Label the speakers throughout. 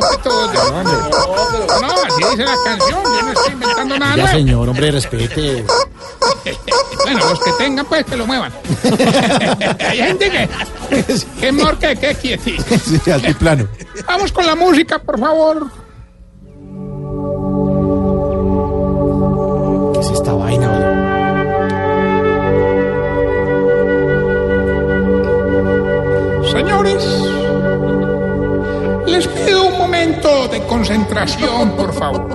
Speaker 1: gatos. No, así dice la canción, yo no estoy inventando nada
Speaker 2: Ya,
Speaker 1: nuevo.
Speaker 2: señor, hombre, respete.
Speaker 1: Bueno, los que tengan, pues, que lo muevan. Hay gente que... Que morca, que quietita.
Speaker 3: Sí, altiplano.
Speaker 1: Vamos con la música, por favor.
Speaker 2: ¿Qué es esta vaina, vale?
Speaker 1: Señores, les pido un momento de concentración, por favor.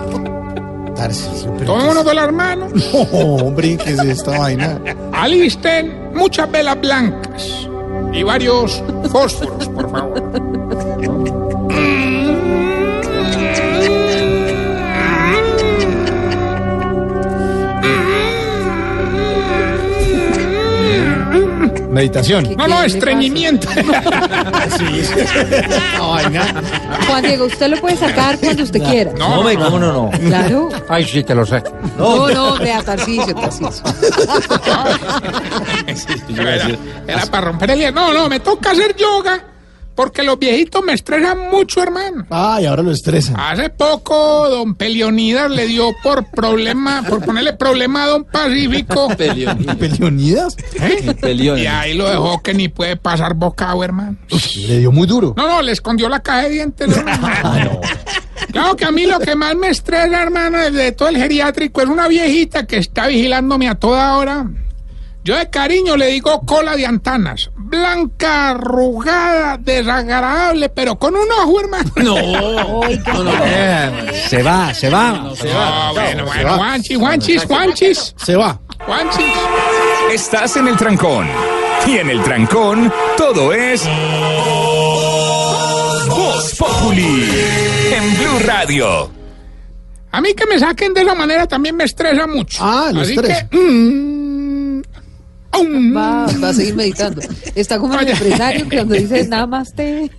Speaker 3: Tarcisio, pero ¿qué es-
Speaker 1: Tomémonos de las manos.
Speaker 3: No, hombre, ¿qué es esta vaina?
Speaker 1: Alisten muchas velas blancas y varios fósforos, por favor.
Speaker 3: Meditación.
Speaker 1: No, no, estreñimiento.
Speaker 4: Juan Diego, usted lo puede sacar cuando usted quiera.
Speaker 1: No, no, no.
Speaker 5: no, no.
Speaker 4: Claro.
Speaker 5: Ay, sí, te lo saco.
Speaker 4: No, no, vea, Tarcicio, Tarcicio.
Speaker 1: Era, era para romper el hielo. No, no, me toca hacer yoga porque los viejitos me estresan mucho, hermano.
Speaker 3: Ay, ahora lo estresan.
Speaker 1: Hace poco, don Peleonidas le dio por problema, por ponerle problema a don Pacífico.
Speaker 3: ¿Peleonidas?
Speaker 1: ¿eh? Y ahí lo dejó que ni puede pasar bocado, hermano.
Speaker 3: Le dio muy duro.
Speaker 1: No, no, le escondió la caja de dientes. hermano.
Speaker 3: Ah,
Speaker 1: Claro que a mí lo que más me estresa, hermano, desde todo el geriátrico, es una viejita que está vigilándome a toda hora. Yo de cariño le digo cola de antanas, blanca, arrugada, desagradable, pero con un ojo, hermano. No,
Speaker 2: Se va, se va.
Speaker 1: bueno,
Speaker 3: Ah, se va.
Speaker 1: bueno, Juanchis, Juanchis, Juanchis,
Speaker 3: Se va.
Speaker 1: Juanchis.
Speaker 6: Estás en el trancón. Y en el trancón, todo es. Voz Populi. En Blue Radio.
Speaker 1: A mí que me saquen de esa manera también me estresa mucho.
Speaker 3: Ah, lo
Speaker 1: Así
Speaker 3: estresa.
Speaker 1: que, mm, aum.
Speaker 4: Va, va a seguir meditando. Está como el
Speaker 1: Oye.
Speaker 4: empresario que cuando dice namaste.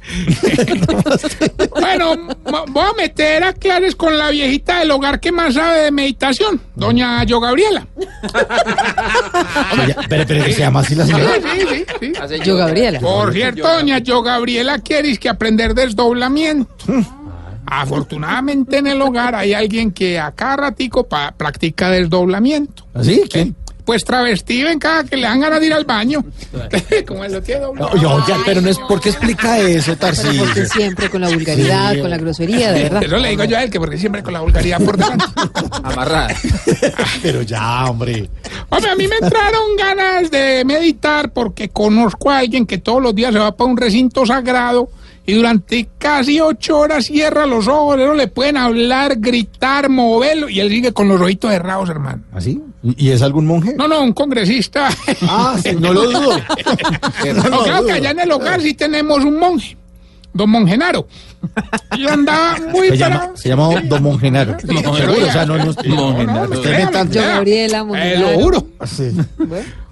Speaker 1: Bueno, mo- voy a meter a Clares con la viejita del hogar que más sabe de meditación, doña Yo Gabriela.
Speaker 3: Oye, Pero, pero que se llama así la
Speaker 1: Sí,
Speaker 3: señora.
Speaker 1: sí, sí, sí.
Speaker 4: Yo, Gabriela.
Speaker 1: Por cierto, doña Yo Gabriela quieres que aprender desdoblamiento. Afortunadamente en el hogar hay alguien que acá ratico pa- practica desdoblamiento.
Speaker 3: ¿Así? ¿Quién?
Speaker 1: Pues travestido en cada que le dan ganas de ir al baño. Como él lo tiene doblado.
Speaker 3: No, yo, ya, pero no es. ¿Por qué explica eso,
Speaker 4: Pero porque
Speaker 3: Tarcisio?
Speaker 4: siempre con la vulgaridad, con la grosería, de verdad.
Speaker 1: Eso le digo yo a él, que porque siempre con la vulgaridad por delante.
Speaker 5: Amarrada.
Speaker 3: Pero ya, hombre.
Speaker 1: Hombre, a mí me entraron ganas de meditar porque conozco a alguien que todos los días se va para un recinto sagrado y durante casi ocho horas cierra los ojos, no le pueden hablar, gritar, moverlo y él sigue con los ojitos cerrados, hermano.
Speaker 3: ¿Así? ¿Y y es algún monje?
Speaker 1: No, no, un congresista.
Speaker 3: Ah, sí, no lo dudo. No
Speaker 1: No,
Speaker 3: lo
Speaker 1: claro que
Speaker 3: dudo.
Speaker 1: allá en el hogar sí tenemos un monje, don Mongenaro. Y andaba muy
Speaker 3: Se llama,
Speaker 1: bravo.
Speaker 3: se llama Don Mongenaro. Seguro, o sea, no, no,
Speaker 1: No, no,
Speaker 3: usted
Speaker 1: créame,
Speaker 3: inventando.
Speaker 4: Yo,
Speaker 1: créame.
Speaker 4: Gabriela,
Speaker 1: Eh, lo
Speaker 4: Mongenaro.
Speaker 1: juro.
Speaker 3: Sí.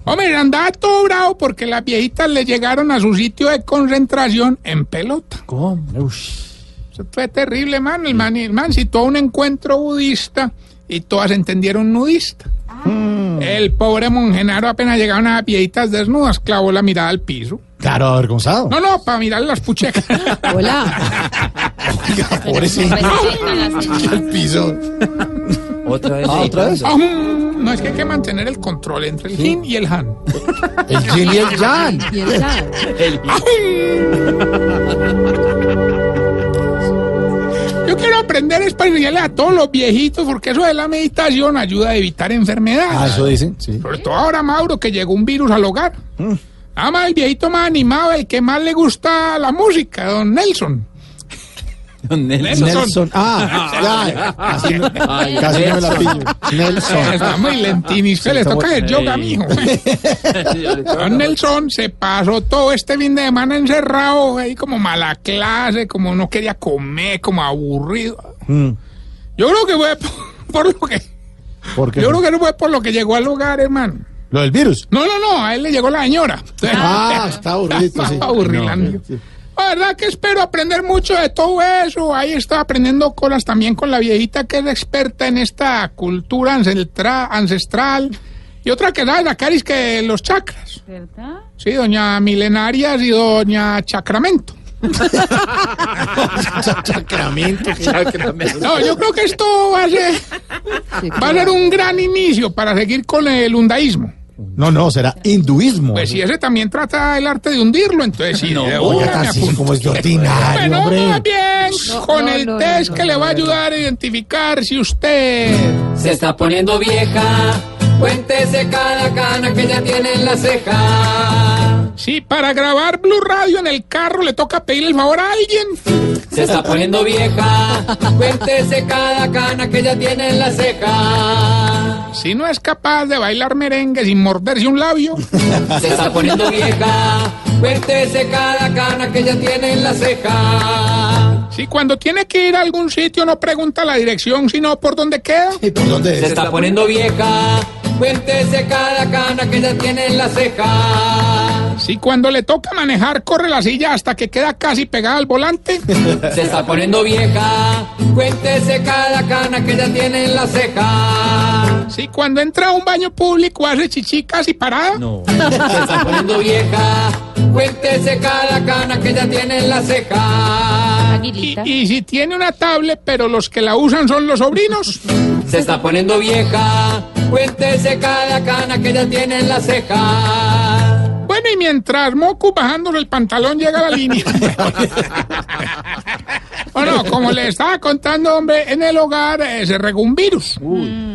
Speaker 1: Hombre, andaba todo bravo porque las viejitas le llegaron a su sitio de concentración en pelota.
Speaker 3: ¿Cómo? Ush.
Speaker 1: Eso fue terrible, man. El man, el man citó un encuentro budista y todas entendieron nudista. El pobre mongenaro apenas llegaron a las viejitas desnudas, clavó la mirada al piso.
Speaker 3: Claro, avergonzado.
Speaker 1: No, no, para mirar las puchecas.
Speaker 4: Hola. Pues,
Speaker 3: Pobrecito. Al piso.
Speaker 5: Otra vez.
Speaker 3: Ah, otra vez.
Speaker 1: Aún, no es que hay que mantener el control entre el yin y el han.
Speaker 3: El Jin y el Jan.
Speaker 4: Piensa.
Speaker 1: Yo quiero aprender es para enseñarle a todos los viejitos porque eso de la meditación ayuda a evitar enfermedades.
Speaker 3: Ah, eso dicen. Sí.
Speaker 1: Sobre todo ahora, Mauro, que llegó un virus al hogar.
Speaker 3: Mm.
Speaker 1: Nada más el viejito más animado, el que más le gusta la música, don Nelson.
Speaker 3: Nelson. Ah, ya. Casi no, casi no me la pillo.
Speaker 1: Está
Speaker 3: Nelson.
Speaker 1: muy lentinis, se les
Speaker 3: está
Speaker 1: toca el yoga,
Speaker 5: Sí.
Speaker 1: mijo. Don Nelson se pasó todo este fin de semana encerrado, ahí como mala clase, como no quería comer, como aburrido.
Speaker 3: Mm,
Speaker 1: Yo creo que fue por, por lo que.
Speaker 3: ¿Por qué?
Speaker 1: Yo creo que no fue por lo que llegó al hogar, hermano.
Speaker 3: Lo del virus.
Speaker 1: No, no, no, a él le llegó la señora.
Speaker 3: Ah, está aburrido, sí.
Speaker 1: Aburrilandio.
Speaker 3: Sí.
Speaker 1: La verdad que espero aprender mucho de todo eso. Ahí está aprendiendo cosas también con la viejita que es experta en esta cultura ancestra- ancestral. Y otra que sabe sacar es que los chakras. ¿Verdad? Sí, doña Milenarias y doña Chacramento.
Speaker 2: Sacramento.
Speaker 1: No, yo creo que esto va a ser, va a ser un gran inicio para seguir con el hundaísmo.
Speaker 3: No, no, será hinduismo.
Speaker 1: Pues si ese también trata el arte de hundirlo, entonces sí, de
Speaker 3: Oiga,
Speaker 1: una me
Speaker 3: Tarcisio,
Speaker 1: apunto.
Speaker 3: como es de ordinario,
Speaker 1: Bueno,
Speaker 3: hombre.
Speaker 1: muy bien,
Speaker 4: No,
Speaker 1: con
Speaker 4: no,
Speaker 1: el
Speaker 4: no,
Speaker 1: test
Speaker 4: no,
Speaker 1: que
Speaker 4: no,
Speaker 1: le va a ayudar a identificar si usted...
Speaker 7: Se está poniendo vieja, cuéntese cada cana que ya tiene en la ceja.
Speaker 1: Si para grabar Blue Radio en el carro le toca pedirle el favor a alguien.
Speaker 7: Se está poniendo vieja, cuéntese cada cana que ya tiene en la ceja.
Speaker 1: Si no es capaz de bailar merengue sin morderse un labio.
Speaker 7: Se está poniendo vieja, cuéntese cada cana que ya tiene en la ceja.
Speaker 1: Si cuando tiene que ir a algún sitio no pregunta la dirección, sino por dónde queda.
Speaker 3: ¿Y por dónde
Speaker 7: Se
Speaker 3: es?
Speaker 7: está poniendo vieja, cuéntese cada cana que ya tiene en la ceja.
Speaker 1: Si cuando le toca manejar corre la silla hasta que queda casi pegada al volante.
Speaker 7: Se está poniendo vieja, cuéntese cada cana que ya tiene en la ceja.
Speaker 1: Si cuando entra a un baño público hace chichi casi parada.
Speaker 7: Se está poniendo vieja, cuéntese cada cana que ya tiene en la ceja.
Speaker 1: Y,
Speaker 4: Aguilita.
Speaker 1: y si tiene una tablet, pero los que la usan son los sobrinos.
Speaker 7: Se está poniendo vieja, cuéntese cada cana que ya tiene en la ceja.
Speaker 1: Bueno, y mientras Moku bajándole el pantalón llega a la línea. bueno, como le estaba contando, hombre, en el hogar eh, se regó un virus.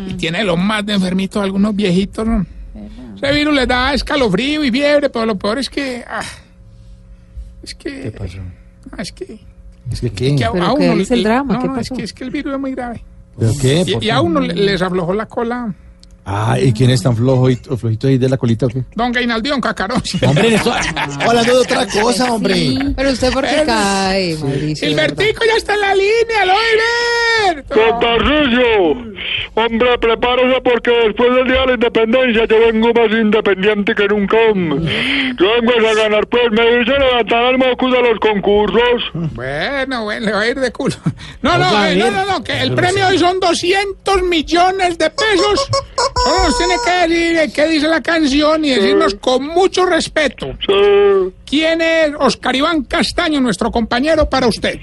Speaker 1: Y tiene los más de enfermitos, algunos viejitos, ¿no? Ese virus les da escalofrío y fiebre, pero lo peor es que... ah, es que... ¿Qué pasó? es que...
Speaker 3: ¿Es que qué?
Speaker 1: que a,
Speaker 4: ¿Pero
Speaker 1: a
Speaker 4: qué
Speaker 1: uno
Speaker 4: es el drama?
Speaker 1: No,
Speaker 4: ¿Qué
Speaker 1: no, es,
Speaker 4: pasó?
Speaker 1: que, es que el virus es muy grave.
Speaker 3: ¿Pero qué?
Speaker 1: Y,
Speaker 3: ¿Por
Speaker 1: y a uno le- les aflojó la cola
Speaker 3: Ah, ¿y quién es tan flojo y o flojito ahí de la colita o qué?
Speaker 1: don Gainaldi, don Cacarocio.
Speaker 2: Hombre, en esto-
Speaker 3: Hablando de otra cosa, hombre.
Speaker 4: Pero usted por qué cae, Mauricio. de verdad.
Speaker 1: Silvertico ya está en la línea, lo voy
Speaker 8: Don Tarcisio, hombre, prepárese porque después del Día de la Independencia yo vengo más independiente que nunca. Yo vengo a ganar, pues me hice levantar al mocus de los concursos.
Speaker 1: Bueno, bueno, le va a ir de culo. No,
Speaker 2: Vamos
Speaker 1: no,
Speaker 2: a
Speaker 1: eh, no,
Speaker 2: ver.
Speaker 1: no, no, que el premio hoy son 200 millones de pesos. Solo nos tiene que decir eh, qué dice la canción y decirnos con mucho respeto
Speaker 8: Sí.
Speaker 1: quién es Oscar Iván Castaño, nuestro compañero para usted.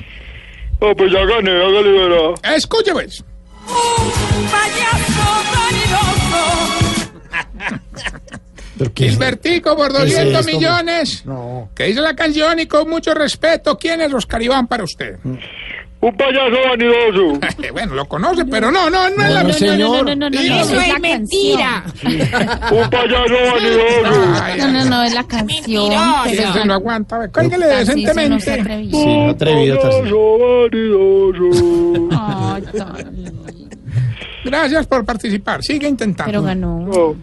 Speaker 8: Ah, pues ya gané, hágale verá.
Speaker 1: Escuche, pues.
Speaker 3: ¿Pero qué?
Speaker 1: Gilbertico por
Speaker 3: es
Speaker 1: 200
Speaker 3: esto,
Speaker 1: millones.
Speaker 3: No.
Speaker 1: Que dice la canción y con mucho respeto, ¿quién es Oscar Iván para usted?
Speaker 8: Un payaso vanidoso.
Speaker 1: Bueno, lo conoce, pero no, no, no es la
Speaker 2: No,
Speaker 1: misma.
Speaker 2: señor.
Speaker 9: No, no, no,
Speaker 1: Dígame.
Speaker 9: eso es la mentira.
Speaker 8: Un payaso vanidoso.
Speaker 1: Ay,
Speaker 9: No, no, no, es la canción.
Speaker 1: ¿Quién se lo aguanta? A ver, Cárguele
Speaker 9: Tarcisio no se
Speaker 1: decentemente.
Speaker 9: atrevió.
Speaker 2: Sí, no atrevido, Tarcisio.
Speaker 8: Payaso vanidoso.
Speaker 9: Ay, Tony,
Speaker 1: Gracias por participar. Sigue intentando.
Speaker 9: Pero ganó.
Speaker 8: No.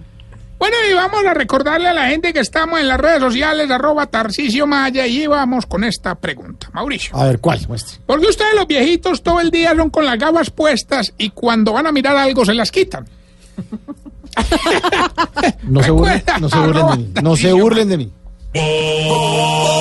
Speaker 1: Bueno, y vamos a recordarle a la gente que estamos en las redes sociales, arroba Tarcisio Maya, y vamos con esta pregunta. Mauricio,
Speaker 3: A ver, ¿cuál? Muestre.
Speaker 1: ¿por qué ustedes los viejitos todo el día son con las gafas puestas y cuando van a mirar algo se las quitan?
Speaker 3: No se burlen,
Speaker 1: Recuerda,
Speaker 3: no se burlen de mí.
Speaker 1: arroba
Speaker 3: No se burlen de mí.